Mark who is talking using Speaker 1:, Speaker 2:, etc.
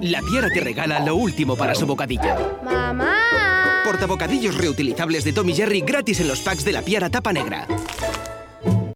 Speaker 1: La Piara te regala lo último para su bocadillo.
Speaker 2: ¡Mamá!
Speaker 1: Portabocadillos reutilizables de Tommy Jerry gratis en los packs de la Piara tapa negra.